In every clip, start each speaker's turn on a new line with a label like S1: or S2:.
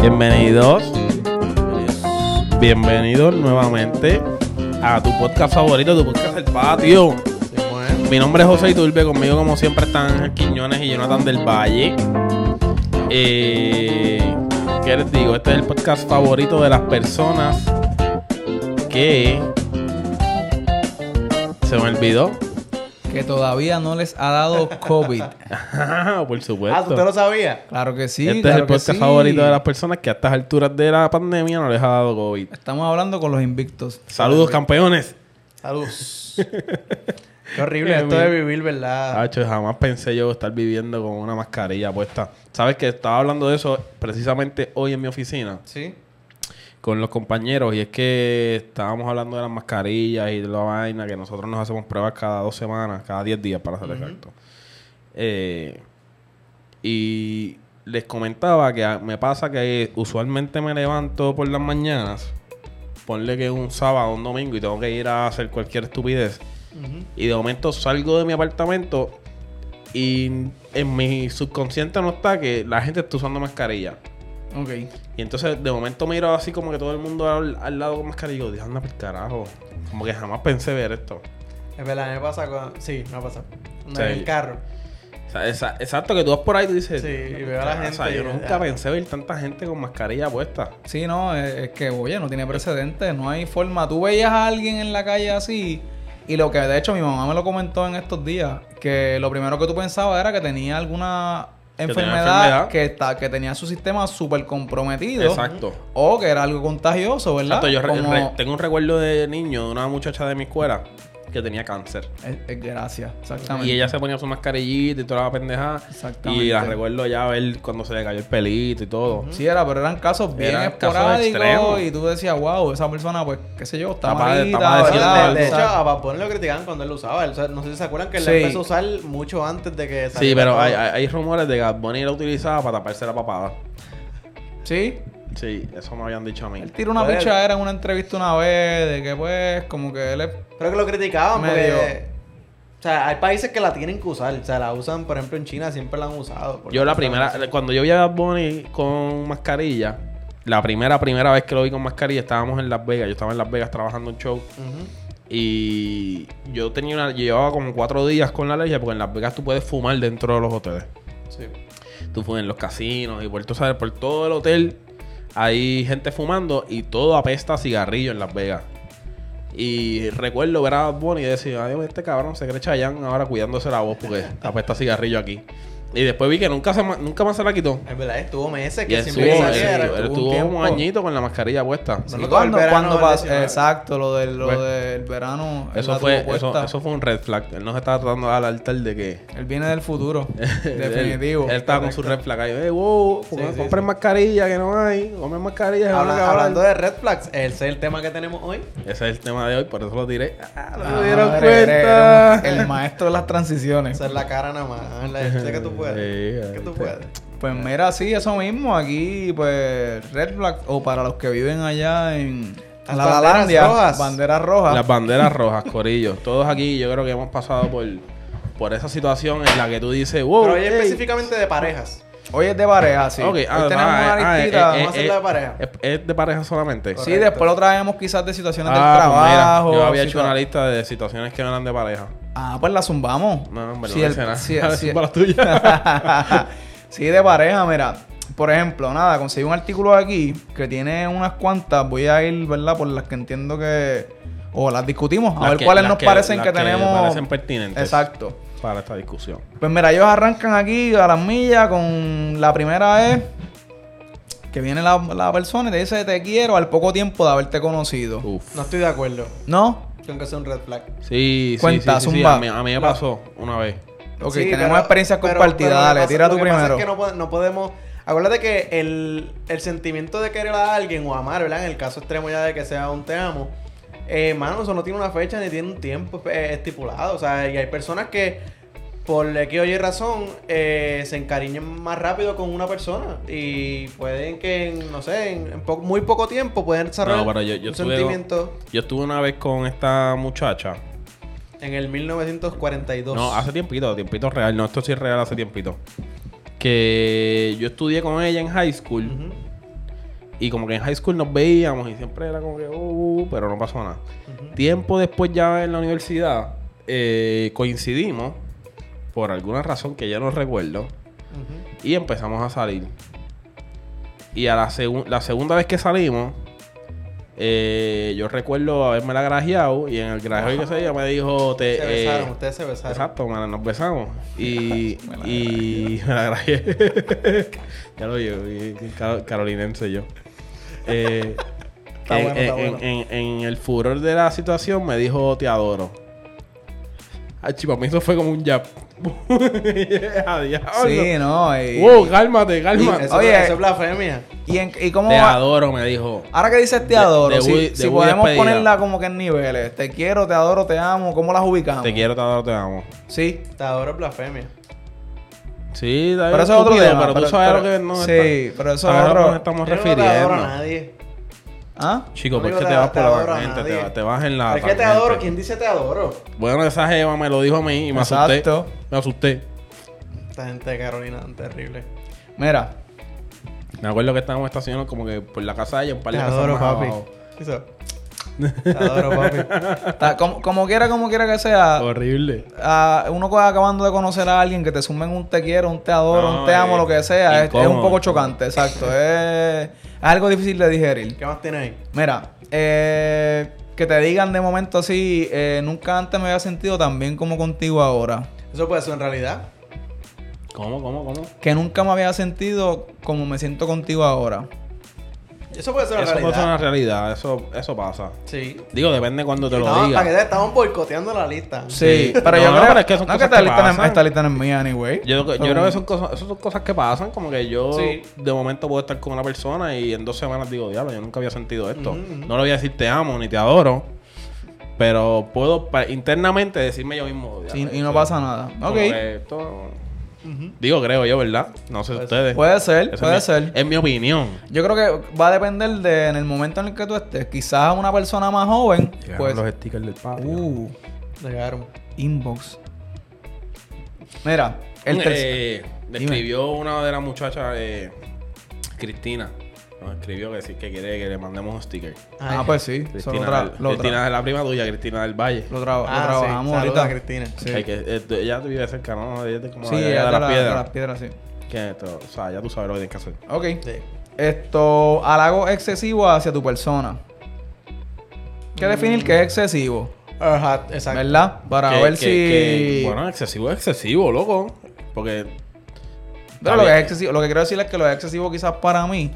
S1: Bienvenidos. Bienvenidos nuevamente a tu podcast favorito, tu podcast El Patio. Mi nombre es José Iturbe, conmigo como siempre están Ángel Quiñones y Jonathan del Valle. Eh, ¿Qué les digo? Este es el podcast favorito de las personas que... Se me olvidó.
S2: que todavía no les ha dado COVID.
S1: Por
S3: Ah,
S1: supuesto.
S3: ¿tú te lo sabías?
S2: Claro que sí.
S1: este es
S2: claro
S1: el
S2: que
S1: podcast
S2: sí.
S1: favorito de las personas que a estas alturas de la pandemia no les ha dado COVID.
S2: Estamos hablando con los invictos.
S1: Saludos, campeones.
S3: Saludos. Qué horrible esto de vivir, ¿verdad?
S1: Hacho, jamás pensé yo estar viviendo con una mascarilla puesta. Sabes que estaba hablando de eso precisamente hoy en mi oficina
S3: Sí.
S1: con los compañeros y es que estábamos hablando de las mascarillas y de la vaina que nosotros nos hacemos pruebas cada dos semanas, cada diez días para ser exacto. Eh, y les comentaba que a- me pasa que usualmente me levanto por las mañanas, ponle que un sábado, un domingo y tengo que ir a hacer cualquier estupidez. Y de momento salgo de mi apartamento y en mi subconsciente no está que la gente está usando mascarilla.
S2: Ok.
S1: Y entonces de momento miro así como que todo el mundo al, al lado con mascarilla y digo, "Dios, anda por carajo. Como que jamás pensé ver esto.
S3: Es verdad, me pasa con... Sí, me pasa. Ando
S1: Sí.
S3: en el carro.
S1: O sea, esa- exacto, que tú vas por ahí y tú dices,
S3: Sí, y
S1: "Anda
S3: veo a
S1: por
S3: la
S1: casa".
S3: gente
S1: Yo
S3: y-
S1: nunca
S3: ya.
S1: pensé ver tanta gente con mascarilla puesta.
S2: Sí, no, es, es que, oye, no tiene precedentes, no hay forma. Tú veías a alguien en la calle así, y lo que de hecho mi mamá me lo comentó en estos días, que lo primero que tú pensabas era que tenía alguna
S1: tenía
S2: enfermedad,
S1: enfermedad.
S2: Que, está, que tenía su sistema súper comprometido.
S1: Exacto.
S2: O que era algo contagioso, ¿verdad?
S1: Exacto, yo re-
S2: Como-
S1: re- tengo un recuerdo de niño, de una muchacha de mi escuela que tenía cáncer.
S2: Eh, eh, gracias, exactamente.
S1: Y ella se ponía su mascarillita y toda la pendejada.
S2: Exactamente.
S1: Y la recuerdo ya ver cuando se le cayó el pelito y todo.
S2: Sí, era, pero eran casos bien
S1: Eran casos
S2: esporádicos
S1: extremos.
S2: y tú decías, wow, esa persona, pues, qué sé yo, está
S1: Está mal-
S2: malita,
S1: está mal
S3: Bueno,
S1: decirlo,
S2: ¿verdad?
S3: de, de hecho,
S2: O sea,
S3: a Bad Bunny lo criticaban cuando él lo usaba. Él, o sea, no sé si se acuerdan que él
S2: Sí.
S3: la empezó a usar mucho antes de que
S1: Sí,
S3: saliera
S1: pero
S3: todo.
S1: hay, hay- hay rumores de que Bad Bunny la utilizaba para taparse la papada.
S2: Sí,
S1: Sí, eso me habían dicho a mí.
S2: él tiró una
S3: Puede-
S2: pichadera en una entrevista una vez de que, pues, como que él es...
S3: Creo que lo criticaban
S2: Medio.
S3: porque... O sea, hay países que la tienen que usar. O sea, la usan, por ejemplo, en China siempre la han usado. porque
S1: Yo la
S3: usan-
S1: primera, cuando yo vi a Bad Bunny con mascarilla, la primera, primera vez que lo vi con mascarilla, estábamos en Las Vegas. Yo estaba en Las Vegas trabajando un show.
S3: Ujú.
S1: Y yo tenía una, llevaba como cuatro días con la alergia, porque en Las Vegas tú puedes fumar dentro de los hoteles.
S3: Sí.
S1: Tú fumas en los casinos y por, tú sabes, por todo el hotel hay gente fumando y todo apesta a cigarrillo en Las Vegas. Y recuerdo ver a Bad Bunny y decir, ay, este cabrón se cree Chayanne ahora cuidándose la voz porque apesta a cigarrillo aquí. Y después vi que nunca, se, ma- nunca más se la quitó.
S3: Es verdad, estuvo meses
S1: Y
S3: que
S1: él
S3: siempre
S1: estuvo, él
S3: que saliera.
S1: estuvo- él
S2: tuvo un
S1: estuvo
S2: tiempo.
S1: un añito con la mascarilla puesta.
S3: Sí,
S2: Sí,
S3: todo el
S2: cuando,
S3: verano
S2: cuando
S3: del
S2: pas-
S3: 19.
S2: Exacto, lo del, lo
S1: Pues-
S2: del verano. él
S1: Eso
S2: la
S1: fue,
S2: tuvo
S1: eso,
S2: puesta.
S1: eso fue un red flag. Él no se estaba tratando al altar de que.
S2: Él viene del futuro,
S1: él-
S2: definitivo.
S1: Él, estaba con su red flag ahí. "Eh, wow, compren
S3: sí,
S1: compren mascarilla que no hay. Compren mascarilla. que no
S3: Habla-
S1: hay que hablar".
S3: hablando de red flags, ese es el tema que tenemos hoy.
S1: Ese es el tema de hoy, por eso lo tiré. Ah, no
S2: Ah,
S1: me dieron
S2: madre,
S1: cuenta.
S2: era un- El maestro de las transiciones.
S3: Esa es la cara nada más. Ah, La, yo sé que tú puedes.
S1: Sí,
S3: que tú
S1: ahí está.
S3: puedes.
S2: Pues mira, sí, eso mismo. Aquí, pues, Red Flag, o para los que viven allá en
S3: Las
S2: la
S3: banderas
S2: Lalandia,
S3: rojas.
S2: banderas rojas.
S1: Las banderas rojas, Corillo. Todos aquí yo creo que hemos pasado por, por esa situación en la que tú dices, wow.
S3: Pero hoy
S1: Oh, ey".
S3: específicamente de parejas.
S2: Hoy es de pareja, sí.
S1: Ok,
S2: Hoy
S1: ah,
S2: tenemos
S1: ah,
S2: una
S1: ah,
S2: listita.
S1: eh,
S3: Vamos a hacerla
S1: eh,
S3: de pareja.
S1: ¿Es, es de pareja solamente.
S2: sí,
S3: correcto.
S2: después lo traemos quizás de situaciones del
S1: Ah, pues mira,
S2: trabajo.
S1: yo había hecho
S2: situa-
S1: una lista de situaciones que no eran de pareja.
S2: Ah, pues la zumbamos.
S1: No, hombre,
S2: Si
S1: no
S2: el-
S1: hice nada.
S2: si-
S1: A ver,
S2: si-
S1: zumba la tuya.
S2: sí, de pareja, mira. Por ejemplo, nada, conseguí un artículo aquí que tiene unas cuantas. Voy a ir, ¿verdad? Por las que entiendo que. O las discutimos, a
S1: Las
S2: ver
S1: que-
S2: cuáles
S1: las
S2: nos
S1: que-
S2: parecen
S1: las
S2: que, tenemos.
S1: parecen pertinentes
S2: Exacto.
S1: para esta discusión.
S2: Pues mira, ellos arrancan aquí a las millas con la primera es que viene la, la persona y te dice te quiero al poco tiempo de haberte conocido.
S1: Uf.
S3: No estoy de acuerdo
S2: ¿No?
S3: con que sea un red flag.
S1: Sí, sí,
S2: Cuenta,
S1: sí, sí, sí,
S2: zumba.
S1: A, mí, a mí me pasó una vez.
S2: Ok,
S3: Sí,
S2: tenemos
S3: pero-
S2: experiencias
S3: pero-
S2: compartidas.
S3: pero lo
S2: Dale,
S3: que pasa-
S2: tira
S3: lo
S2: tú
S3: que pasa
S2: primero.
S3: es que no, po- no podemos. Acuérdate que el, el sentimiento de querer a alguien o amar, ¿verdad? En el caso extremo ya de que sea un te amo, eh, mano, eso no tiene una fecha ni tiene un tiempo eh, estipulado. O sea, y hay personas que por X o Y razón eh, se encariñen más rápido con una persona y pueden que, en, no sé, en, en po- muy poco tiempo pueden desarrollar
S1: pero yo- yo
S3: un
S1: tuve-
S3: sentimiento
S1: Yo estuve una vez con esta muchacha.
S3: en En el 1942.
S1: No, hace tiempito, tiempito real. No, esto sí es real hace tiempito. Que yo estudié con ella en high school.
S3: Ujú.
S1: Y como que en high school nos veíamos y siempre era como que, uh, pero no pasó nada.
S3: Ujú.
S1: Tiempo después ya en la universidad eh, coincidimos por alguna razón que ya no recuerdo
S3: Ujú.
S1: y empezamos a salir. Y a la, segun- la segunda vez que salimos, eh, yo recuerdo haberme la grajeado y en el grajeo que se ella me dijo, te...
S3: Se
S1: eh,
S3: besaron, ustedes se besaron.
S1: Exacto, mano, nos besamos. Y,
S2: Me la
S1: y me la grajeé. ya lo llevo, y- y caro- carolinense yo. Eh,
S3: Está
S1: en,
S3: bueno, está
S1: en-
S3: bueno.
S1: en- en el furor de la situación me dijo, te adoro. Ah, chico, a mí eso fue como un jab. A diablo.
S2: Sí, no. Y,
S1: Wow, cálmate, cálmate.
S3: Eso,
S2: Oye.
S3: eso es blasfemia.
S2: y, en- y cómo
S1: Te
S2: va-
S1: adoro, me dijo.
S2: Ahora que dices te
S1: De-
S2: adoro,
S1: de
S2: si,
S1: Woody- de
S2: si
S1: Woody
S2: podemos
S1: despedida.
S2: ponerla como que en niveles. Te quiero, te adoro, te amo. ¿Cómo las ubicamos?
S1: Te quiero, te adoro, te amo.
S2: Sí.
S3: Te adoro es blasfemia.
S1: Sí, David,
S2: Pero eso es otro
S1: estúpido,
S2: tema.
S1: Pero, tú sabes a lo que
S2: pero-
S1: no
S2: Sí, pero eso es
S1: a lo que
S2: otro...
S1: nos estamos
S3: Yo no te
S1: refiriendo.
S3: adoro a nadie.
S2: ¿Ah?
S1: Chico,
S3: No
S1: ¿por
S3: digo
S1: qué te
S3: te-
S1: vas
S3: te
S1: por la
S3: adoro a
S1: tangente? Te,
S3: nadie.
S1: va- te vas en la
S3: es que te
S1: tangente.
S3: adoro. ¿Quién dice te adoro?
S1: Bueno, esa jeva me lo dijo a mí y me
S2: Exacto.
S1: asusté. Me asusté.
S3: Esta gente de Carolina tan terrible.
S2: Mira.
S1: Me acuerdo que estábamos estacionados como que por la casa de ella, un par de
S3: Te
S1: casas
S3: adoro,
S1: más
S3: papi.
S1: abajo.
S3: Eso. Te adoro, papi.
S2: ta- como, como quiera, como quiera que sea...
S1: Horrible.
S2: ah, uno co- acabando de conocer a alguien que te sumen un te quiero, un te adoro,
S1: No,
S2: un te amo,
S1: es
S2: lo que sea, es, es un
S1: incómodo.
S2: poco chocante, exacto. Es algo difícil de digerir.
S3: ¿Qué más tienes ahí?
S2: Mira, eh, que te digan de momento así, eh, nunca antes me había sentido tan bien como contigo ahora.
S3: Eso puede ser en realidad.
S1: ¿Cómo, cómo, cómo?
S2: Que nunca me había sentido como me siento contigo ahora.
S3: Eso puede ser en
S1: Eso no es
S3: realidad.
S1: una realidad, eso, eso pasa.
S3: Sí.
S1: Digo, depende cuando te lo
S3: Estaban-
S1: diga.
S3: para que te- estaban boicoteando la lista.
S2: Sí,
S1: Sí.
S2: pero
S1: No,
S2: yo
S1: no,
S2: creo
S1: pero es que son
S2: no,
S1: cosas
S2: esta,
S1: que
S2: lista no es-
S1: pasan.
S2: esta lista no es mía, anyway.
S1: Yo, yo
S2: Son-
S1: creo que son cosas, eso son cosas que pasan, como que yo
S3: Sí.
S1: de momento puedo estar con una persona y en dos semanas digo, diablo, yo nunca había sentido esto.
S3: Ujú, ujú.
S1: No le voy a decir te amo ni te adoro, pero puedo pa- internamente decirme yo mismo.
S2: Sí,
S1: "Diablo,
S2: y no
S1: yo-
S2: pasa nada.
S1: como
S2: Ok.
S1: que esto- Digo, creo yo, ¿verdad? No sé
S3: Puede
S1: ustedes.
S2: Puede ser,
S1: Esa es
S2: puede
S1: mi- eh.
S2: ser.
S1: Es mi opinión.
S2: Yo creo que va a depender de en el momento en el que tú estés. Quizás una persona más joven, pues.
S1: stickers del patio.
S2: Uh,
S3: Llegaron.
S2: inbox. Mira, el tercer.
S1: Eh, me
S2: Dime.
S1: escribió una de las muchachas, eh, Cristina. Nos escribió que, sí- que quiere que le mandemos un sticker.
S2: ah, pues sí. eso
S1: Cristina,
S2: lo tra-
S1: del-
S2: lo tra-
S1: Cristina es la prima tuya, Cristina del Valle.
S2: Lo, traba- lo
S3: Ah, sí.
S2: trabajamos
S3: Saludos
S2: ahorita.
S3: a Cristina.
S2: Sí,
S1: Hay que- eh, ella te vive cerca, ¿no? Ella te como
S2: Sí,
S1: de allá de
S2: ella de,
S1: las
S2: la- de
S1: piedras.
S2: las piedras, sí.
S1: Que esto, o sea, ya tú sabes lo que tienes que hacer.
S2: Ok.
S3: Sí.
S2: Esto, halago excesivo hacia tu persona. ¿Qué definir que es excesivo?
S3: Ajá, Mm. exacto.
S2: ¿Verdad? Para
S1: Que-
S2: ver
S1: que-
S2: si.
S1: que- bueno, excesivo es excesivo, loco. Porque...
S2: Pero
S1: está
S2: lo que, es
S1: bien.
S2: excesivo, lo que quiero decir es que lo que es excesivo quizás para mí.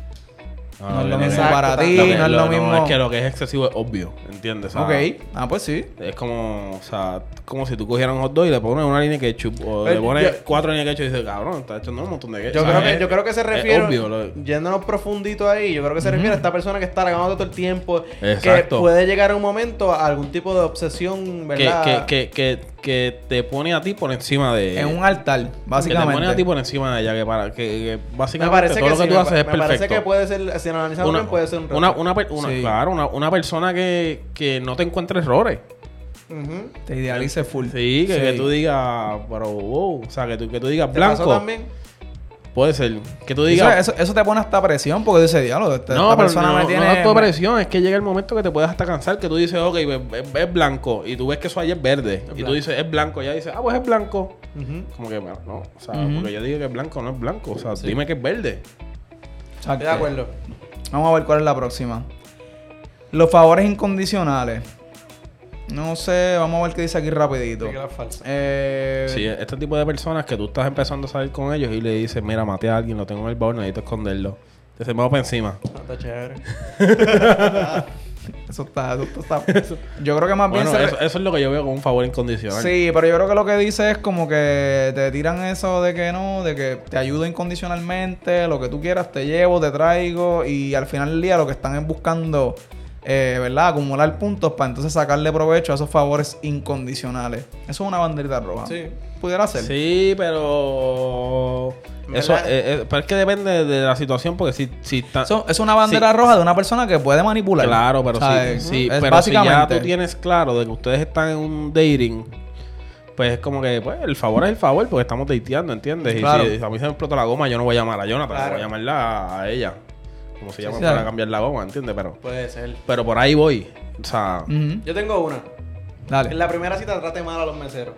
S2: No es lo
S1: que-
S2: mismo
S3: exacto,
S2: para ti,
S1: Lo que-
S2: no es lo mismo.
S1: es que lo que es excesivo es obvio, ¿entiendes? O sea,
S2: Ok. Ah, pues sí.
S1: Es como, o sea, como si tú cogieras un hot dog y le pones una línea de ketchup o
S3: Pero
S1: le pones
S3: Eh, yo-
S1: cuatro líneas de ketchup y dices, cabrón, está echando un montón de ketchup.
S3: Yo,
S1: O sea,
S3: creo que,
S1: es-
S3: yo creo que se
S1: es
S3: refiere,
S1: obvio, lo-
S3: yéndonos profundito ahí, yo creo que se refiere a esta persona que está grabando todo el tiempo,
S1: Exacto.
S3: que puede llegar a un momento a algún tipo de obsesión,
S1: que, que,
S3: ¿verdad?
S1: que, que, que te pone a ti por encima de...
S2: en un altar,
S1: Eh, que te pone a ti
S2: básicamente.
S1: por encima de ella, que, para, que, que
S3: me
S1: básicamente
S3: parece
S1: todo
S3: que
S1: lo que
S3: sí,
S1: tú
S3: me,
S1: haces es
S3: me parece
S1: perfecto.
S3: que puede ser, si analizamos bien, puede ser un reto.
S1: una, una, per- una-
S2: Sí.
S1: Claro, una, una persona que, que no te encuentra errores.
S3: Ujú.
S2: Te idealice full.
S1: Sí, que, que
S2: Sí.
S1: tú digas, pero wow, o sea, que tú, que tú digas
S3: ¿Te pasó
S1: blanco.
S3: también?
S1: Puede ser. Que tú
S2: Eso,
S1: digas,
S2: eso, eso te pone hasta presión porque dice diálogo. Esta,
S1: No,
S2: esta
S1: pero
S2: persona
S1: no,
S2: me
S1: no
S2: tiene.
S1: tanto presión. Es que llega el momento que te puedes hasta cansar. Que tú dices, ok, pues, es, es blanco. Y tú ves que eso ahí es verde. y
S3: blanco.
S1: tú dices, es blanco. Y ella dice, ah, pues es blanco.
S3: Ujú.
S1: Como que, bueno, no. O sea,
S2: Ujú.
S1: porque yo digo que es blanco, no es blanco. O sea, dime que es verde.
S2: Exacto.
S3: De acuerdo.
S2: Vamos a ver cuál es la próxima. Los favores incondicionales. No sé, vamos a ver qué dice aquí rapidito.
S3: Sí, que la falsa.
S2: Eh,
S1: Sí, este tipo de personas que tú estás empezando a salir con ellos y le dices, mira, maté a alguien, lo tengo en el baúl, necesito esconderlo. Te se me va para encima.
S3: No, está chévere.
S2: Eso está, eso está- Yo creo que más bien
S1: Bueno,
S2: se re-
S1: eso, eso es lo que yo veo como un favor incondicional.
S2: Sí, pero yo creo que lo que dice es como que te tiran eso de que no, de que te ayudo incondicionalmente, lo que tú quieras te llevo, te traigo y al final del día lo que están es buscando, eh, ¿verdad? Acumular puntos para entonces sacarle provecho a esos favores Ah. incondicionales. Eso es una banderita roja.
S3: Sí.
S2: Pudiera ser.
S1: Sí, pero... Eso,
S3: ¿Verdad?
S1: eh, eh, pero es que depende de la situación, porque si, si está-
S2: Eso es una bandera
S1: Ah, Sí.
S2: roja de una persona que puede manipular.
S1: Claro, pero
S2: O sea,
S1: sí, sí,
S2: es
S1: pero si ya
S2: básicamente.
S1: tú tienes claro de que ustedes están en un dating, pues es como que, pues, el favor es el favor, porque estamos dateando, ¿entiendes?
S2: Claro.
S1: Y si a mí se me explota la goma, yo no voy a llamar a Jonathan,
S3: Claro.
S1: voy a llamarla a ella. Como se llama
S2: sí,
S1: para
S2: claro.
S1: cambiar la goma, ¿entiendes? Pero,
S3: Puede ser.
S1: pero por ahí voy. O sea,
S2: Ujú.
S3: Yo tengo una. En
S2: Dale.
S3: la primera cita trate mal a los meseros.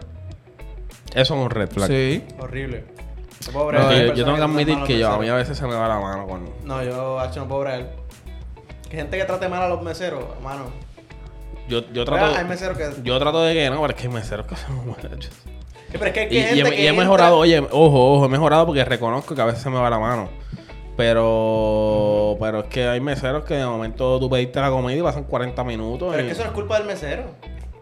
S1: eso es un red flag.
S2: Sí.
S3: Horrible. No puedo
S1: Porque
S3: bregar
S1: yo,
S3: con
S1: yo
S3: personas
S1: tengo que
S3: tratan mal
S1: admitir
S3: a los
S1: que yo, a mí
S3: meseros.
S1: a veces se me va la mano con...
S3: No, yo, hacho, no puedo bregar. Que gente que trate mal a los meseros, hermano.
S1: Yo, yo
S3: Mira,
S1: trato...
S3: Hay meseros que...
S1: Yo trato de que no, pero es que hay meseros que son muchachos.
S3: Sí, Eh, Pero es que hay
S1: Y, y
S3: gente
S1: he,
S3: que
S1: y he
S3: entra-
S1: mejorado, oye, ojo, ojo, he mejorado porque reconozco que a veces se me va la mano. Pero, pero es que hay meseros que de momento tú pediste la comida y pasan 40 minutos.
S3: Pero es
S1: y-
S3: que eso no es culpa del mesero.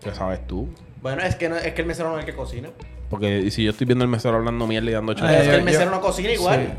S1: ¿Qué sabes tú?
S3: Bueno, es que, no, es que el mesero no es el que cocina.
S1: Porque y si yo estoy viendo el mesero hablando mierda y dando
S2: Ay,
S3: es
S1: chance,
S3: que
S2: Ah, yo-
S3: el mesero
S2: yo-
S3: no cocina
S2: Sí.
S3: igual.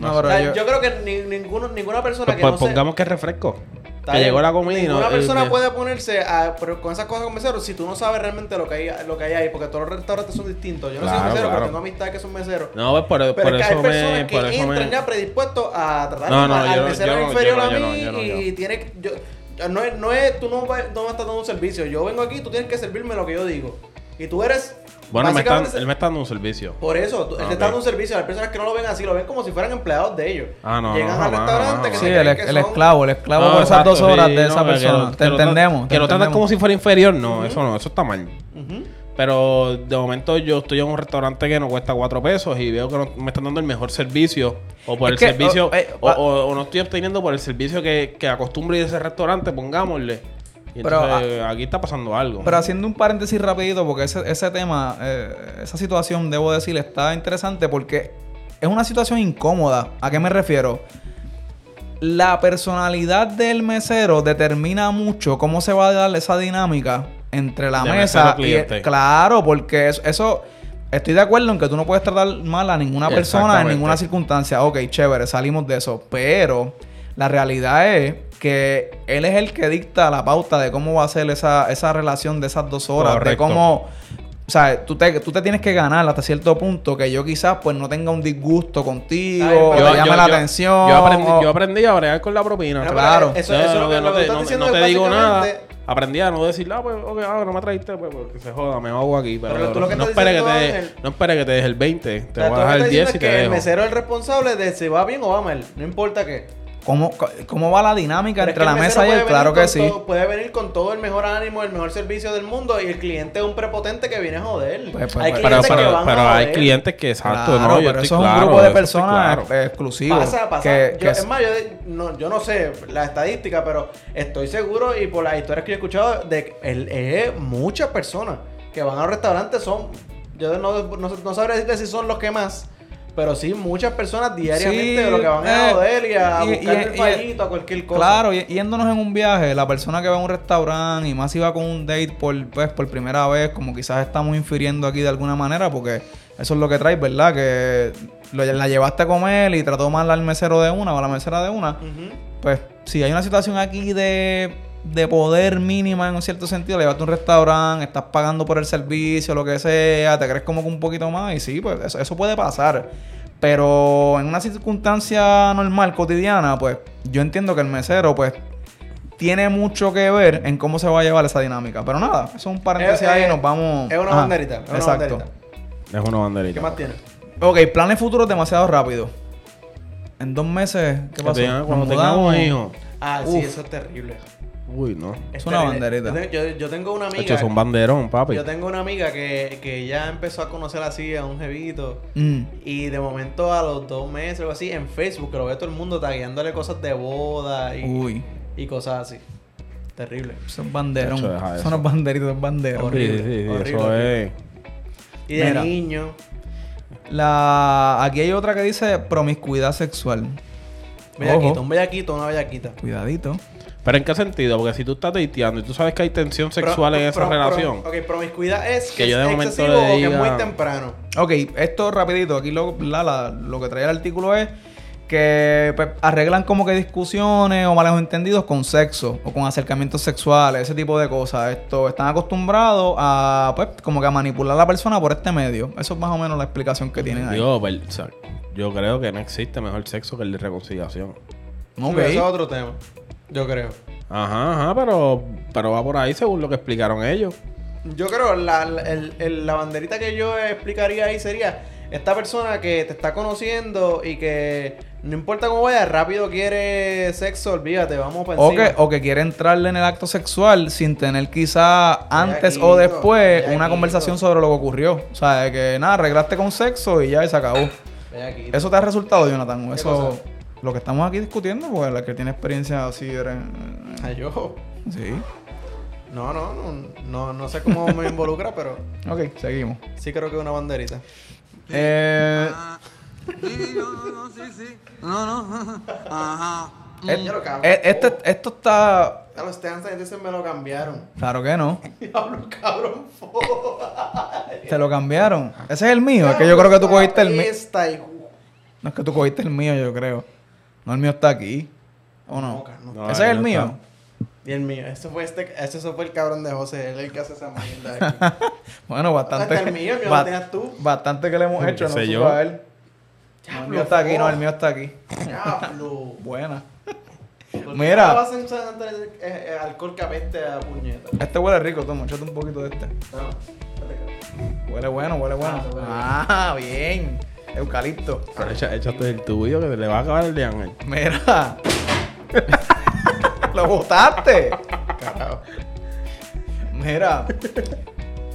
S2: No,
S3: O
S2: pero
S3: sea,
S2: yo-
S3: yo... creo que ni- ninguno, ninguna persona
S1: pues,
S3: que
S1: pues,
S3: no se-
S1: pongamos que es refresco.
S3: Está
S1: Que
S3: bien.
S1: llegó la comida y no.
S3: Ninguna
S1: eh,
S3: persona
S1: eh,
S3: puede ponerse a- pero con esas cosas con meseros si tú no sabes realmente lo que hay, lo que hay ahí, porque todos los restaurantes son distintos. Yo no
S1: Claro,
S3: soy mesero,
S1: claro.
S3: pero tengo amistades que son meseros.
S1: No, pues por,
S3: Pero
S1: por
S3: es que
S1: eso
S3: hay personas
S1: me.
S3: que
S1: Por eso
S3: entran
S1: me...
S3: ya predispuestos a tratar
S1: No, no,
S3: mal
S1: yo
S3: al
S1: no-
S3: mesero
S1: yo no-
S3: inferior
S1: yo no,
S3: a
S1: yo no,
S3: mí
S1: yo no, yo no.
S3: y tiene que- yo- yo- no, es, no es, tú no, vas- no me estás dando un servicio. Yo vengo aquí, tú tienes que servirme lo que yo digo. Y tú eres.
S1: Bueno, me están-
S3: básicamente,
S1: él me está dando un servicio.
S3: Por eso, tú- él
S1: Ah,
S3: te está dando
S1: ok.
S3: un servicio. Hay personas que no lo ven así, lo ven como si fueran empleados de ellos.
S1: Ah, no,
S3: Llegan
S1: no,
S3: al
S1: jamás,
S3: restaurante
S1: jamás,
S3: que
S1: jamás.
S2: Sí,
S3: se
S2: el,
S3: creen que
S2: el
S3: son-
S2: esclavo, el esclavo
S1: No,
S2: por esas
S1: exacto,
S2: dos horas
S1: sí,
S2: de
S1: no,
S2: esa
S1: que lo-
S2: persona.
S1: que
S2: te
S1: lo tra-
S2: entendemos.
S1: Que lo tratas como si fuera inferior. No, eso no, eso está mal.
S3: Ujú.
S1: Pero de momento yo estoy en un restaurante que no cuesta cuatro pesos y veo que no- me están dando el mejor servicio. O por
S2: Es
S1: el
S2: que,
S1: servicio.
S2: o- eh,
S1: o,
S2: va-
S1: o- o no estoy obteniendo por el servicio que, que acostumbre ese restaurante, pongámosle. Y
S2: Pero, ah,
S1: entonces, aquí está pasando algo.
S2: Pero haciendo un paréntesis rapidito, porque ese, ese tema, eh, esa situación, debo decir, está interesante porque es una situación incómoda. ¿A qué me refiero? La personalidad del mesero determina mucho cómo se va a dar esa dinámica entre la
S1: De
S2: mesa y el-
S1: mesero-cliente.
S2: claro, porque eso, eso- estoy de acuerdo en que tú no puedes tratar mal a ninguna persona en
S1: Exactamente.
S2: ninguna circunstancia. Ok, chévere, salimos de eso, pero la realidad es que él es el que dicta la pauta de cómo va a ser esa, esa relación de esas dos horas, de
S1: Correcto.
S2: cómo o sea, tú te, tú te tienes que ganar hasta cierto punto que yo quizás pues no tenga un disgusto contigo,
S3: Ay, pero-
S2: o te
S3: Yo-
S2: llame la atención.
S1: Yo aprendí,
S2: o-
S1: yo aprendí a bregar con la propina.
S3: Mira,
S2: claro.
S3: pero Eso,
S1: No,
S3: eso es
S1: no,
S3: lo que,
S1: no
S3: lo que
S1: te-
S3: estás
S1: no-
S3: diciendo
S1: no
S3: es
S1: te digo nada.
S3: básicamente-
S1: Aprendí a no decir, ah, pues, ok, ah, no me trajiste, pues, porque se joda, me hago aquí. Pero,
S3: Pero tú lo que
S1: no,
S3: estás
S1: esperes que te,
S3: diciendo, Ángel-
S1: no esperes que te deje el 20. Te voy
S3: O sea, tú
S1: a
S3: lo que
S1: dejar el
S3: estás
S1: 10
S3: diciendo
S1: y
S3: es
S1: te
S3: que el
S1: dejo.
S3: mesero es el responsable de si va bien o va mal, no importa qué.
S2: ¿Cómo, ¿Cómo va la dinámica
S3: Pero es
S2: entre
S3: que
S2: la
S3: el
S2: mesa
S3: mesero
S2: y
S3: puede
S2: él?
S3: venir
S2: Claro que
S3: con
S2: sí.
S3: todo- puede venir con todo el mejor ánimo, el mejor servicio del mundo y el cliente es un prepotente que viene a joder.
S2: Pues, pues,
S3: hay
S2: pues,
S1: Pero,
S3: clientes que
S1: pero-
S3: van
S1: pero
S3: a
S1: hay
S3: joder.
S1: clientes que, exacto,
S2: Claro,
S1: no, yo
S2: pero
S1: estoy
S2: eso es un
S1: claro,
S2: grupo de
S1: yo estoy
S2: personas
S1: claro.
S2: ex- exclusivos.
S3: Pasa, pasa.
S2: que-
S3: Yo-
S2: que-
S3: es más, yo, de- no, yo no sé la estadística, pero estoy seguro y por las historias que yo he escuchado de que el- eh, muchas personas que van a los restaurantes son, yo no, no, no sabré decirte si son los que más, pero sí muchas personas diariamente
S2: Sí,
S3: de lo que van a
S2: eh,
S3: joder y a
S2: y- y-
S3: buscar el
S2: y-
S3: fallito, a cualquier cosa.
S2: Claro, y- yéndonos en un viaje, la persona que va a un restaurante y más si va con un date por, pues, por primera vez, como quizás estamos infiriendo aquí de alguna manera, porque eso es lo que traes, ¿verdad? Que lo- la llevaste a comer y trató mal al mesero de una o a la mesera de una.
S3: Ujú.
S2: Pues si hay una situación aquí de, de poder mínima en un cierto sentido, le llevaste a un restaurante, estás pagando por el servicio, lo que sea, te crees como que un poquito más y sí, pues eso, eso puede pasar. Pero en una circunstancia normal, cotidiana, pues yo entiendo que el mesero, pues, tiene mucho que ver en cómo se va a llevar esa dinámica. Pero nada, eso es un paréntesis
S3: Eh,
S2: ahí
S3: eh,
S2: nos vamos...
S3: Es una
S2: Ajá,
S3: banderita. Es una
S2: exacto.
S3: banderita.
S1: Es una banderita.
S3: ¿Qué más tiene?
S2: Ok, planes futuros demasiado rápido. En dos meses, ¿qué
S1: Que
S2: pasó?
S1: tengan-
S2: Nos
S1: cuando
S2: mudamos.
S1: tengamos hijos.
S3: Ah, sí,
S2: Uf.
S3: eso es terrible.
S1: Uy, no.
S3: Es
S2: una
S3: terrible.
S2: banderita.
S3: Yo, tengo- yo- yo tengo una amiga.
S1: Hecho, es un banderón, papi.
S3: yo tengo una amiga que, que ya empezó a conocer así a un jevito.
S2: Mm.
S3: Y de momento a los dos meses o algo así, en Facebook, que lo ve todo el mundo tagueándole cosas de boda y,
S2: Uy.
S3: y cosas así. Terrible.
S2: Eso es banderón.
S1: Chacho, deja
S2: Eso
S1: eso.
S2: no es banderito, es
S1: Sí,
S2: bandero.
S1: sí,
S3: horrible,
S1: sí,
S3: horrible,
S1: eso
S3: horrible.
S1: es.
S3: Y de
S2: Mira.
S3: niño.
S2: La... Aquí hay otra que dice promiscuidad sexual.
S3: Bellaquito,
S2: Ojo.
S3: un bellaquito, una bellaquita.
S2: Cuidadito.
S1: Pero en qué sentido? Porque si tú estás dateando y tú sabes que hay tensión sexual
S3: Pro-
S1: en esa
S3: pro- pro-
S1: relación.
S3: ok, promiscuidad es que,
S1: Que yo de
S3: es
S1: momento
S3: excesivo
S1: le
S3: o que es
S1: diga-
S3: muy temprano.
S2: Ok, esto rapidito. Aquí lo, la- la- lo que trae el artículo es que pues, arreglan como que discusiones o malos entendidos con sexo o con acercamientos sexuales, ese tipo de cosas. Esto están acostumbrados a pues como que a manipular a la persona por este medio. Eso es más o menos la explicación que tienen ahí.
S1: Digo, per- o sea, yo creo que no existe mejor sexo que el de reconciliación.
S2: Ok.
S3: Pero Eso es otro tema. Yo creo.
S1: Ajá, ajá, pero, pero va por ahí según lo que explicaron ellos.
S3: Yo creo, la, la- el- el- la banderita que yo explicaría ahí sería esta persona que te está conociendo y que no importa cómo vaya, rápido quiere sexo, olvídate, vamos para
S2: O que,
S3: encima.
S2: o que quiere entrarle en el acto sexual sin tener quizá antes o
S3: Bellaquito,
S2: después una
S3: bellaquito.
S2: conversación sobre lo que ocurrió. O sea, de que nada, arreglaste con sexo y ya y se acabó.
S3: Ven aquí.
S2: ¿Eso te ha resultado, Jonathan?
S3: ¿Qué
S2: Eso,
S3: cosa?
S2: lo que estamos aquí discutiendo, porque la que tiene experiencia así era...
S3: Ay, yo.
S2: Sí.
S3: No, no, no, no, no sé cómo me involucra, pero
S2: Ok, seguimos.
S3: sí Ah, creo que es una banderita.
S2: Eh,
S4: Sí, no, no, no, sí, sí. No, no. Ajá.
S2: et-
S3: Ya lo cambio.
S2: et- eh, este- esto está...
S3: A los Stans entonces me lo cambiaron.
S2: Claro que no.
S3: Diablo, cabrón, fo.
S2: Te lo cambiaron. Ese es el mío. Es que yo creo que tú cogiste el mío.
S3: Esta, hijo.
S2: No, es que tú cogiste el mío, yo creo. No, el mío está aquí. ¿O no?
S3: No, no.
S1: No,
S2: Ese
S1: ahí
S2: es el
S1: no
S2: mío.
S1: está.
S3: Y el mío, ese fue, este, ese fue el cabrón de José, él es el que hace esa mierda aquí.
S2: Bueno, bastante.
S3: Hasta el mío, que lo
S2: ba-
S3: tenías tú.
S2: Bastante que le hemos
S1: ¿Qué
S2: hecho, no
S1: sé
S2: sé
S1: yo?
S2: a él. No, el mío está aquí, no, el mío está aquí.
S3: Diablo.
S2: Buena.
S3: ¿Por qué
S2: Mira.
S3: no vas a usar antes, eh, eh, alcohol que apeste a puñeta?
S2: Este huele rico, toma, échate un poquito de este.
S3: No, espérate.
S2: Huele bueno, huele bueno.
S3: Ah, huele bien.
S2: Ah, bien. Eucalipto.
S1: Pero echa- échate el tuyo que le va a acabar el de Ángel.
S2: Mira. Lo botaste.
S3: Carajo.
S2: Mira.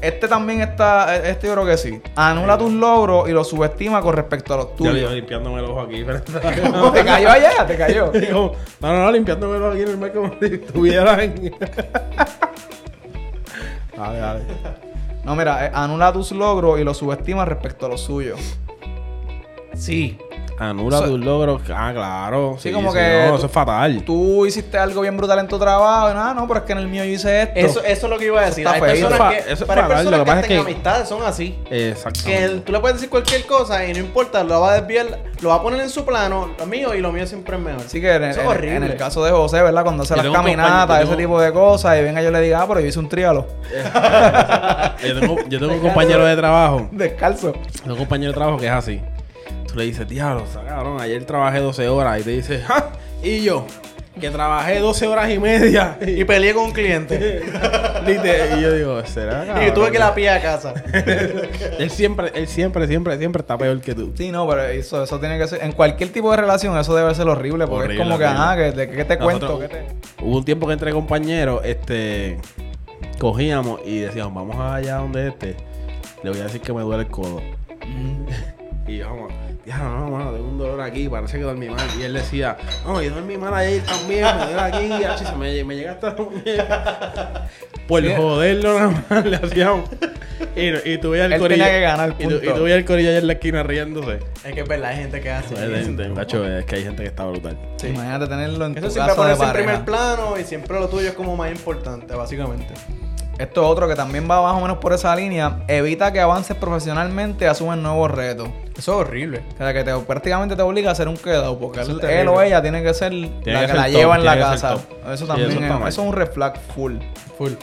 S2: Este también está, este yo creo que sí. Anula tus logros y los subestima con respecto a los
S1: Yo le iba
S2: tuyos.
S1: limpiándome el ojo aquí.
S2: Te cayó allá, te cayó.
S1: Digo, no, no, no, limpiándome el ojo aquí normal como si estuviera en... dale, dale.
S2: No, mira, eh, anula tus logros y los subestima respecto a los suyos.
S1: Sí. Anula
S2: O sea,
S1: tus logros. Ah, claro.
S2: sí, como que
S1: No,
S2: tú-
S1: eso es fatal.
S2: Tú hiciste algo bien brutal en tu trabajo. y nada, no, pero es que en el mío yo hice esto.
S3: Eso, eso es lo que iba a decir.
S2: Está
S3: Hay
S2: feíto.
S3: personas
S1: Eso
S3: que,
S1: es pa- eso es
S3: pero hay
S1: fatal,
S3: personas
S1: lo que
S3: que
S1: pasa es
S3: hacen
S1: que-
S3: amistades, son así. Que
S1: Exactamente.
S3: el- tú le puedes decir cualquier cosa y no importa, lo va a desviar, lo va a poner en su plano, lo mío y lo mío siempre es mejor.
S2: Así que en el,
S3: Eso es
S2: en-
S3: horrible.
S2: en el caso de José, ¿verdad? Cuando hace
S1: Yo
S2: las
S1: tengo un compañero,
S2: caminatas,
S1: yo
S2: ese
S1: tengo-
S2: tipo de cosas, y venga yo le diga, ah, pero yo hice un trialo.
S1: Yo tengo, yo tengo un compañero de trabajo.
S2: Descalzo.
S1: Tengo un compañero de trabajo que es así. Tú le dices, diablo, sa- cabrón, ayer trabajé 12 horas. Y te dice, ¡ja! Y yo, que trabajé 12 horas y media. Y,
S3: Y peleé con un cliente.
S1: lite- y yo digo, ¿será cabrón?
S3: y tuve que la pillé a casa.
S1: Él siempre, él siempre, siempre, siempre está peor que tú.
S2: Sí, no, pero eso, eso tiene que ser. En cualquier tipo de relación, eso debe ser horrible, porque
S1: Horrible,
S2: es como que,
S1: horrible.
S2: ah, que, de- ¿qué te cuento?
S1: Nosotros-
S2: ¿Qué te-
S1: Hubo un tiempo que entre compañeros, este, cogíamos y decíamos, vamos allá donde este, le voy a decir que me duele el codo.
S2: Mm.
S1: Y yo como, ya no, mano, tengo un dolor aquí, parece que dormí mal. Y él decía, no, yo dormí mal ayer también, me duele aquí, achi, se me, me llega hasta la muñeca". Por
S2: Sí.
S1: joderlo nada más le hacíamos. Y, y tú veías el
S2: Él
S1: corillo.
S2: tenía que ganar,
S1: y, tú, y
S2: punto.
S1: tú veías el corillo allá en la esquina riéndose.
S3: es que es verdad, hay gente que hace.
S1: Tacho, es que hay gente que está brutal.
S3: Sí.
S2: Imagínate tenerlo en
S3: Eso
S2: tu
S3: siempre
S2: casa de
S3: ponerse en primer
S2: pareja.
S3: plano y siempre lo tuyo es como más importante, básicamente.
S2: Esto es otro que también va más o menos por esa línea. Evita que avances profesionalmente y asumen nuevos retos.
S3: Eso es horrible.
S2: O sea, que te, prácticamente te obliga a hacer un quedado, porque
S3: Eso
S2: él,
S3: es terrible.
S2: él o ella tiene que ser
S1: que
S2: la que
S1: ser
S2: la
S1: top,
S2: lleva en la
S1: tiene que ser
S2: casa.
S1: top.
S2: Eso
S1: Sí,
S2: también
S1: eso está
S2: es,
S1: mal.
S2: eso es un red flag full.
S3: Full.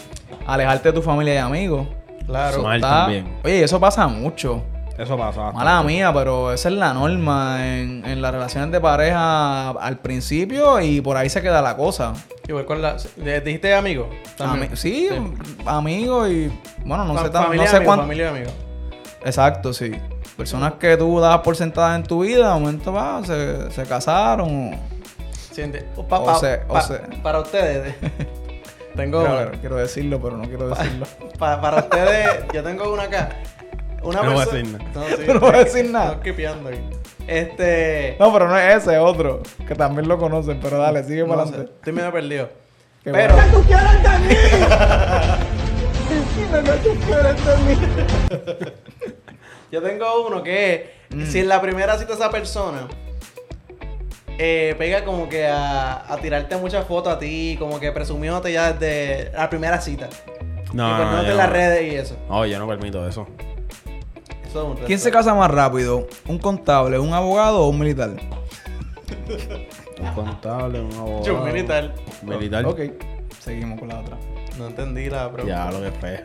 S2: Alejarte de tu familia y amigos.
S3: Claro.
S1: Mal
S2: Está-
S1: también.
S2: Oye, eso pasa mucho.
S1: Eso pasa.
S2: Mala mía, pero esa es la norma en, en las relaciones de pareja al principio y por ahí se queda la cosa.
S3: Igual con la. ¿le- ¿Dijiste amigo?
S2: Ami- sí, amigos y bueno, no sé, tan-
S3: familia,
S2: no sé
S3: amigo,
S2: cuánto.
S3: Familia y amigo.
S2: Exacto, sí. Personas que tú dabas por sentadas en tu vida, de momento va, se, se casaron. o-
S3: Sí, ente- o
S2: O
S3: pa-
S2: se- o
S3: pa-
S2: se-
S3: Para ustedes. tengo.
S2: Quiero, quiero decirlo, pero no quiero decirlo.
S3: pa- para ustedes, yo tengo una acá. Una
S1: No voy a
S3: perso-
S1: decir nada.
S3: sí,
S2: No voy a decir
S3: estoy-
S2: nada.
S3: Estoy skipeando aquí. Este.
S2: No, pero no es ese, es otro. Que también lo conocen, pero dale, sigue
S3: no
S2: para
S3: sé,
S2: adelante.
S3: estoy medio perdido.
S2: Qué
S3: Pero.
S2: bueno.
S3: Yo tengo uno que es,
S1: Mm.
S3: si en la primera cita esa persona eh, pega como que a, a tirarte muchas fotos a ti, como que presumiéndote ya desde la primera cita. y
S1: No, no,
S3: poniéndote en las redes y eso.
S1: yo no permito eso.
S3: Eso es un reto.
S2: ¿Quién se casa más rápido? ¿Un contable, un abogado o un militar?
S1: Un contable, un abogado.
S3: Yo, un militar.
S1: Militar.
S2: Ok, seguimos con la otra.
S3: No entendí la
S1: Ya,
S3: pregunta.
S1: lo que feo.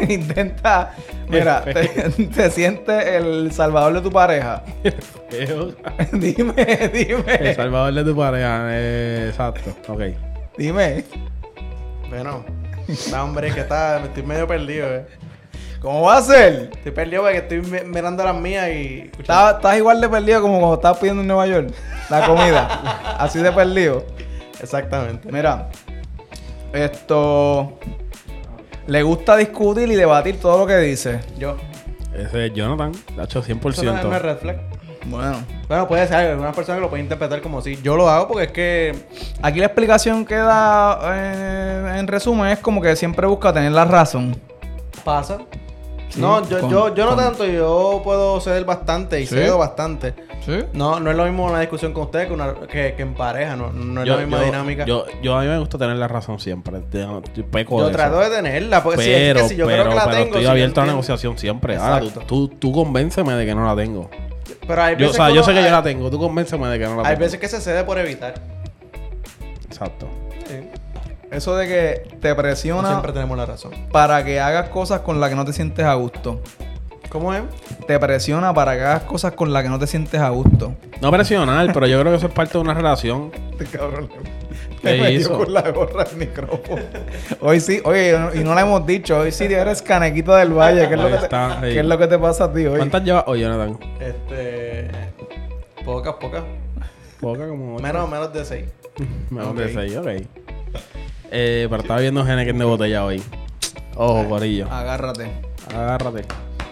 S2: Intenta. Mira, te, te sientes el salvador de tu pareja.
S1: Feo.
S2: dime,
S1: El
S2: dime.
S1: salvador de tu pareja. eh, exacto. Ok.
S2: Dime.
S3: Bueno, da hombre, que está, me estoy medio perdido, eh.
S2: ¿Cómo va a ser?
S3: Estoy perdido porque estoy mi- mirando las mías y.
S2: Estás, estás igual de perdido como cuando estabas pidiendo en Nueva York la comida. Así de perdido.
S3: Exactamente.
S2: Mira, esto. Le gusta discutir y debatir todo lo que dice.
S3: Yo.
S1: Ese es Jonathan. De hecho,
S3: Eso no es una
S1: 100%.
S3: red flag.
S2: Bueno.
S3: Bueno, puede ser, hay algunas personas que lo pueden interpretar como si. Yo lo hago porque es que.
S2: Aquí la explicación que da eh, en resumen es como que siempre busca tener la razón.
S3: Pasa.
S2: Sí,
S3: no, yo,
S2: con-
S3: yo, yo no
S2: con-
S3: tanto, yo puedo ceder bastante y
S2: Sí.
S3: cedo bastante.
S2: Sí.
S3: No, no es lo mismo una discusión con ustedes que, una- que, que en pareja, no, no es la misma dinámica. Yo,
S1: Yo, yo a mí me gusta tener la razón siempre. Te- Yo peco de
S3: trato
S1: eso.
S3: de tenerla, porque si, es
S1: pero,
S3: que si yo
S1: pero,
S3: creo que la
S1: pero
S3: tengo.
S1: estoy
S3: si yo
S1: abierto a la
S3: entiendo-
S1: negociación siempre. Ahora, tú,
S3: Exacto.
S1: tú, tú convénceme de que no la tengo.
S3: Pero hay
S1: Yo, o
S3: veces,
S1: sea, yo
S3: uno-
S1: sé que yo
S3: hay-
S1: la tengo. Tú convénceme de que no la tengo.
S3: Hay veces que se cede por evitar.
S1: Exacto.
S2: Eso de que te
S3: No
S2: presiona
S3: siempre tenemos la razón.
S2: para que hagas cosas con las que no te sientes a gusto.
S3: ¿Cómo es?
S2: Te presiona para que hagas cosas con las que no te sientes a gusto.
S1: No presionar, pero yo creo que eso es parte de una relación.
S2: Este cabrón
S1: ¿Qué
S2: le metió
S1: hizo?
S2: con la gorra al micrófono. Hoy sí, oye, y no- y no le hemos dicho, hoy sí eres canequito del valle, ¿qué es, lo
S1: Ahí
S2: que te,
S1: está, ahí.
S2: qué es lo que te pasa a ti hoy?
S1: ¿Cuántas llevas hoy, Jonathan?
S3: Este. Pocas, pocas.
S1: Poca como ocho.
S3: Menos, menos de seis.
S1: Menos
S2: Ok.
S1: de seis, ok. Eh, pero estaba viendo Genequen de botella hoy. Ojo, corillo.
S2: Ah, Agárrate.
S1: Agárrate.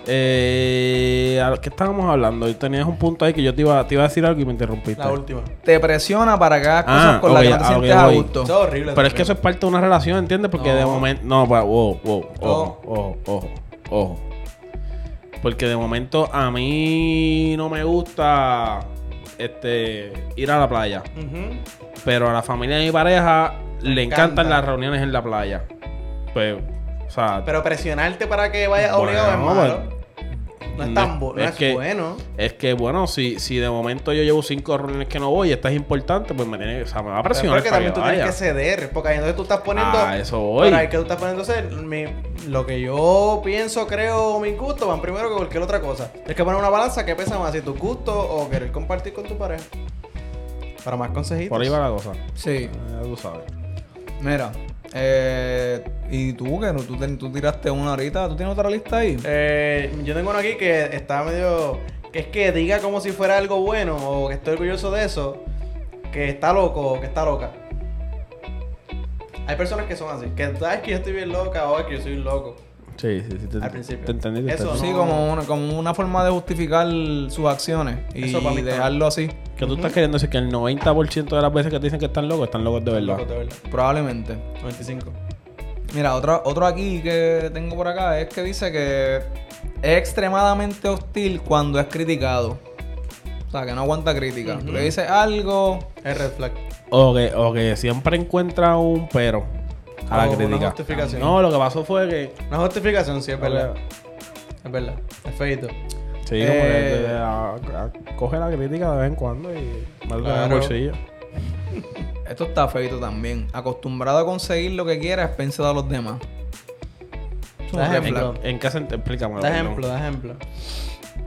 S1: Eh, ¿a ¿Qué estábamos hablando? Y Tenías un punto ahí que yo te iba, te iba a decir algo y me interrumpiste.
S3: La última.
S2: Te presiona para que hagas cosas
S1: Ah,
S2: con
S1: ok,
S2: las que no
S1: a
S2: te
S1: lo que
S2: sientes a
S1: voy.
S2: gusto.
S3: Eso es horrible.
S1: Pero es que eso es parte de una relación, ¿entiendes? Porque de
S3: No.
S1: momento. No, pa- wow, wow, ojo,
S3: No.
S1: ojo, ojo, ojo. Porque de momento a mí no me gusta este ir a la playa.
S3: Ujú.
S1: Pero a la familia de mi pareja le
S3: encanta.
S1: encantan las reuniones en la playa. Pues, o sea,
S3: Pero presionarte para que vayas obligado
S1: Bueno,
S3: es malo. No es tan bu- no es
S1: que-
S3: bueno.
S1: es que bueno, si, si de momento yo llevo cinco reuniones que no voy y esta es importante, pues me tiene, o sea, me va a
S3: Pero
S1: presionar
S3: es que
S1: para que
S3: también tú
S1: vaya.
S3: tienes que ceder, porque ahí entonces tú estás poniendo.
S1: Ah, eso voy.
S3: Pero ahí que tú estás poniendo ceder. mi- lo que yo pienso, creo, mis gustos van primero que cualquier otra cosa. Es que poner una balanza que pesa más, si tus gustos o querer compartir con tu pareja. Para más consejitos.
S1: Por ahí va la cosa.
S2: Sí,
S1: Ya tú sabes.
S2: mira. eh, y tú, que no- tú, te- tú tiraste una ahorita, ¿tú tienes otra lista ahí?
S3: Eh, yo tengo uno aquí que está medio. Que es que diga como si fuera algo bueno o que estoy orgulloso de eso. Que está loco o que está loca. Hay personas que son así. Que sabes que yo estoy bien loca o que yo soy un loco.
S1: Sí, sí, sí. Te,
S3: Al principio.
S1: te entendí. te
S3: Eso
S1: entendí.
S2: sí,
S3: no.
S2: como una, como una forma de justificar sus acciones y
S3: Eso para mí está
S2: dejarlo así,
S1: Que tú estás queriendo decir que el 90% de las veces que te dicen que están locos, están locos de verdad.
S3: Loco, de verdad.
S2: probablemente.
S3: 95.
S2: Mira, otro, otro aquí que tengo por acá es que dice que es extremadamente hostil cuando es criticado. O sea, que no aguanta crítica. Tú le dices algo,
S3: Es red flag.
S1: O que, o que siempre encuentra un pero a la
S3: O una
S1: crítica.
S3: justificación.
S1: No, lo que pasó fue que.
S3: Una justificación, sí, es verdad. Es verdad. Es feito.
S1: Sí,
S2: Eh,
S1: como que te- a- a- coge la crítica de vez en cuando y manda en el
S3: Claro.
S1: bolsillo.
S2: esto está feito también. Acostumbrado a conseguir lo que quiera a expensas de los demás. Es un
S1: Ah,
S3: Da
S2: red
S3: ejemplo.
S2: flag.
S1: ¿En, en qué sentido? Explícame.
S3: Da ejemplo, da ejemplo.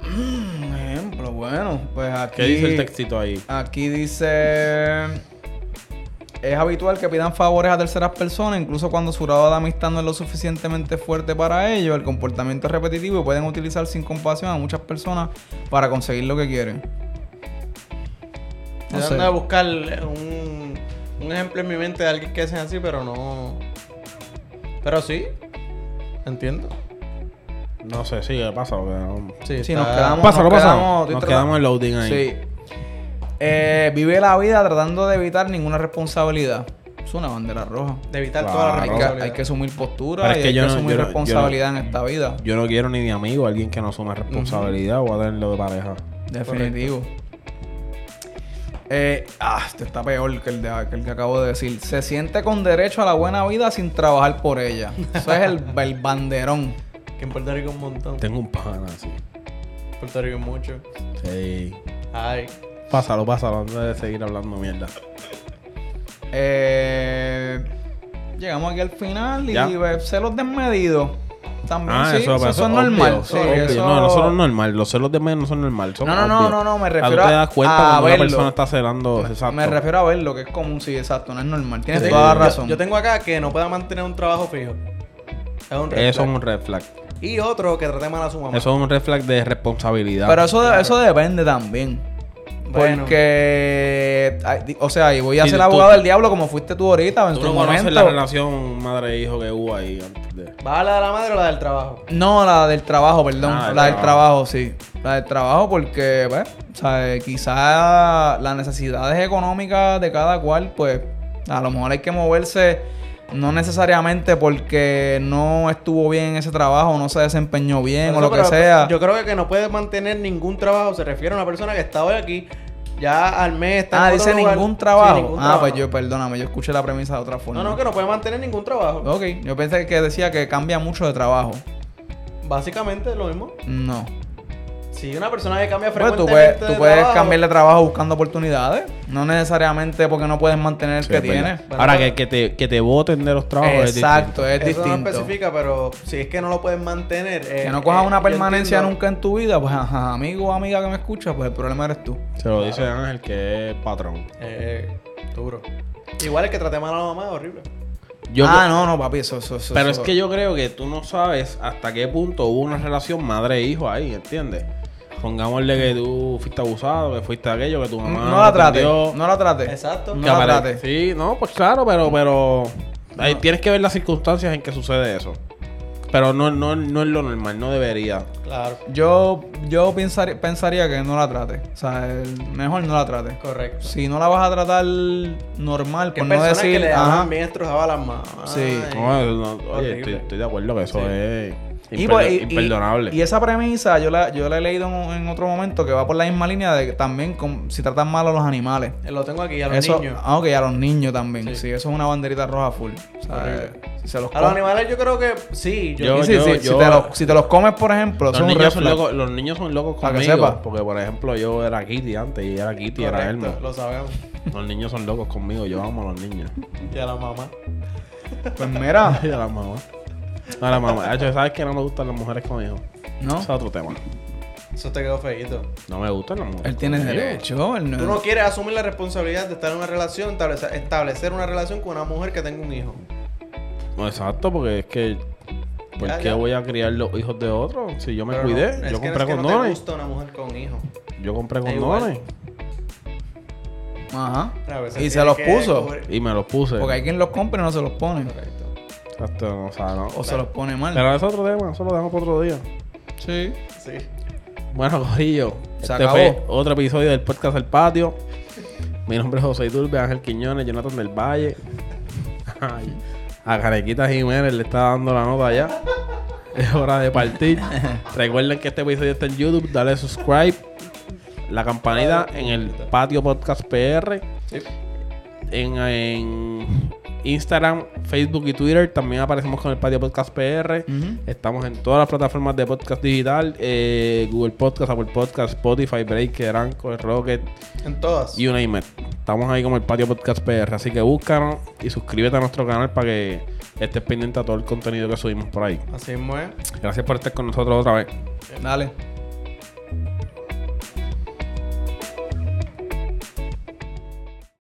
S2: Mm, ejemplo, bueno, pues aquí.
S1: ¿Qué dice el textito ahí?
S2: Aquí dice. Es habitual que pidan favores a terceras personas, incluso cuando su grado de amistad no es lo suficientemente fuerte para ellos. El comportamiento es repetitivo y pueden utilizar sin compasión a muchas personas para conseguir lo que quieren. No
S3: Estoy
S2: sé.
S3: tratando de buscar un, un ejemplo en mi mente de alguien que sea así, pero no. Pero sí. Entiendo.
S1: No sé, sí, pasa lo que. No...
S3: Sí, está-
S2: Sí, nos quedamos.
S1: Pasa, lo
S2: nos
S1: pasa.
S2: quedamos- estoy
S1: Nos
S2: tratando-
S1: quedamos en loading ahí.
S2: Sí. Eh, vive la vida tratando de evitar ninguna responsabilidad. Es una bandera roja.
S3: De evitar
S1: Claro.
S3: toda la
S2: Hay que,
S3: responsabilidad.
S2: hay que asumir postura
S1: Pero
S2: y
S1: es que
S2: hay
S1: yo
S2: que
S1: no- yo
S2: asumir
S1: no- yo no-
S2: responsabilidad en esta vida.
S1: Yo no quiero ni mi amigo, alguien que no asuma responsabilidad o a tenerlo de pareja.
S2: Definitivo. Eh, ah, este está peor que el, de, que el que acabo de decir. Se siente con derecho a la buena vida sin trabajar por ella. Eso es el, el banderón.
S3: Que en Puerto Rico un montón. En
S1: Tengo un pana así.
S3: Puerto Rico mucho.
S1: Sí.
S3: Ay.
S1: Pásalo,
S2: Mm,
S1: pásalo, antes de seguir hablando mierda.
S2: Eh, llegamos aquí al final y
S1: Ya.
S2: eh, celos desmedidos. También,
S1: Ah,
S2: sí,
S1: eso,
S2: eso,
S1: eso
S2: es
S1: obvio,
S2: normal.
S1: eso
S2: sí,
S1: obvio.
S2: eso-
S1: No, no son normal. Los celos de menos no son normal. son
S2: No, no, no,
S1: obvios.
S2: no, no, me
S1: O sea,
S2: refiero
S1: tú te
S2: a-
S1: das cuenta
S2: a
S1: cuando una
S2: verlo.
S1: persona está celando. Exacto.
S2: Me refiero a ver lo que es común, sí, exacto, no es normal. Tienes
S3: Sí.
S2: toda
S1: Yo-
S2: la razón.
S3: Yo tengo acá que no pueda mantener un trabajo fijo. Es un red
S1: Eso es
S3: flag.
S1: un red flag.
S3: Y otro que trate mal a su mamá.
S1: Eso es un red flag de responsabilidad.
S2: Pero eso, de- eso depende también.
S3: Bueno.
S2: Porque, ay, di- o sea, y voy a
S1: Sí,
S2: ser
S1: tú-
S2: abogado del diablo como fuiste tú ahorita en
S1: Tú
S2: tu
S1: no
S2: momento.
S1: conoces la relación madre-hijo que hubo ahí antes de...
S3: ¿Va a la de la madre o la del trabajo?
S2: No, la del trabajo, perdón.
S1: Ah, del
S2: la del
S1: trabajo.
S2: trabajo, sí. La del trabajo porque, pues, ¿sabes? quizás las necesidades económicas de cada cual, pues, a lo mejor hay que moverse no necesariamente porque no estuvo bien ese trabajo, no se desempeñó bien o
S3: Por
S2: lo
S3: eso,
S2: que
S3: pero pues,
S2: sea.
S3: Yo creo que, que no puede mantener ningún trabajo. Se refiere a una persona que está hoy aquí, ya al mes está.
S2: Ah,
S3: en otro
S2: dice
S3: lugar.
S2: ningún trabajo.
S3: Sí, ningún
S2: ah,
S3: trabajo.
S2: pues yo, perdóname, yo escuché la premisa de otra forma.
S3: No, no, que no puede mantener ningún trabajo.
S2: Ok, yo pensé que decía que cambia mucho de trabajo.
S3: Básicamente es lo mismo.
S2: No.
S3: Si una persona que cambia
S2: Pues tú
S3: frecuentemente.
S2: puedes,
S3: de
S2: tú puedes
S3: trabajo,
S2: cambiar de trabajo buscando oportunidades. No necesariamente porque no puedes mantener el
S1: Sí,
S2: que
S1: es verdad.
S2: tienes.
S3: Bueno,
S1: Ahora,
S3: pero-
S1: que, que te, que te voten de los trabajos es distinto.
S2: Exacto, es
S3: Eso no
S2: distinto.
S3: especifica, pero si es que no lo puedes mantener. eh,
S2: que no cojas
S3: eh,
S2: una
S3: yo
S2: permanencia
S3: entiendo-
S2: nunca en tu vida, pues ajá, amigo o amiga que me escucha, pues el problema eres tú.
S1: Se lo dice Ángel que es patrón.
S3: Eh, eh, duro. Igual el que trate mal a la mamá es horrible.
S1: Yo
S2: ah, no, no, papi, eso, eso, eso.
S1: Pero es
S2: eso-
S1: que yo creo que tú no sabes hasta qué punto hubo una relación madre-hijo ahí, ¿entiendes? Pongámosle que tú fuiste abusado, que fuiste aquello, que tu mamá...
S2: No la trates,
S1: atendió,
S2: no la trates.
S3: Exacto.
S1: que
S2: no la
S1: apare-
S2: trates.
S1: Sí, no, pues claro, pero... pero ahí tienes que ver las circunstancias en que sucede eso. Pero no, no, no es lo normal, no debería.
S3: Claro,
S2: Yo, yo pensar- pensaría que no la trates. O sea, el- mejor no la trates.
S3: correcto.
S2: Si no la vas a tratar normal,
S3: Que
S2: por no
S3: personas
S2: decir.
S3: que le
S2: ajá.
S3: daban bien estrujaba a las mamás.
S2: Sí.
S3: Ay.
S1: No, no, oye,
S3: horrible.
S1: estoy, estoy de acuerdo que eso
S3: Sí.
S1: es
S2: Y,
S1: imperdo-
S2: pues, y- y-
S1: imperdonable.
S2: Y esa premisa yo la, yo la he leído en, en otro momento que va por la misma línea de que también con- si tratan mal a los animales.
S3: Eh, Lo tengo aquí, a los
S2: eso,
S3: niños.
S2: Ah, ok, a los niños también. Sí,
S3: Sí.
S2: eso es una banderita roja full. O sea, si se los
S3: A los
S2: come-
S3: animales yo creo que sí. Yo,
S1: Yo-
S2: Sí, sí, sí, si,
S1: yo-
S2: te los, si te los comes, por ejemplo,
S1: Los
S2: son
S1: niños, son
S2: reflex.
S1: locos, los niños son locos
S2: Para que
S1: conmigo.
S2: sepa.
S1: Porque, por ejemplo, yo era Kitty antes y era Kitty, era
S3: correcto,
S1: Elmo.
S3: lo sabemos.
S1: Los niños son locos conmigo, yo amo a los niños.
S3: Y a la mamá.
S2: Pues mira,
S1: Y a la mamá. No, a la mamá. Hacho, ¿Sabes que no me gustan las mujeres con hijos?
S2: ¿no?
S1: Ese es otro tema.
S3: Eso te quedó feíto.
S1: No me gustan las mujeres.
S2: Él tiene
S1: con hijos.
S2: derecho. él no-
S3: Tú no quieres asumir la responsabilidad de estar en una relación, establecer, establecer una relación con una mujer que tenga un hijo.
S1: No, exacto, porque es que. ¿Por
S3: Ya,
S1: qué
S3: ya.
S1: voy a criar los hijos de otros? Si yo me
S3: Pero no,
S1: cuidé,
S3: es que-
S1: yo
S3: es
S1: compré
S3: que No te
S1: condones.
S3: gusta una mujer con hijo.
S1: yo compré
S3: Da igual.
S1: condones.
S2: Ajá.
S3: A veces
S2: Y se
S3: tienes
S2: los
S3: pues, que
S2: puso.
S3: cubrir-
S1: Y me los puse.
S2: Porque hay quien los compra y no se los pone.
S3: Correcto.
S1: Exacto, o sea, no.
S2: O se los pone mal.
S1: Pero es otro tema, eso lo dejamos para otro día.
S2: Sí.
S3: Sí.
S1: Bueno, Corillo,
S2: Se
S1: este
S2: acabó.
S1: fue otro episodio del podcast El Patio. Mi nombre es José Iturbe, Ángel Quiñones, Jonathan del Valle. Ay, a Carequita Jiménez le está dando la nota ya. Es hora de partir. Recuerden que este episodio está en YouTube, dale subscribe, la campanita en el Patio Podcast PR,
S3: Sí.
S1: en, en Instagram, Facebook y Twitter. También aparecemos con el Patio Podcast PR.
S2: Ujú.
S1: Estamos en todas las plataformas de podcast digital: eh, Google Podcast, Apple Podcast, Spotify, Breaker, Anchor, Rocket,
S3: En todas.
S1: you name it. Estamos ahí como el Patio Podcast PR. Así que búscanos y suscríbete a nuestro canal para que estés pendiente a todo el contenido que subimos por ahí.
S3: Así mismo es.
S1: Gracias por estar con nosotros otra vez.
S2: Dale.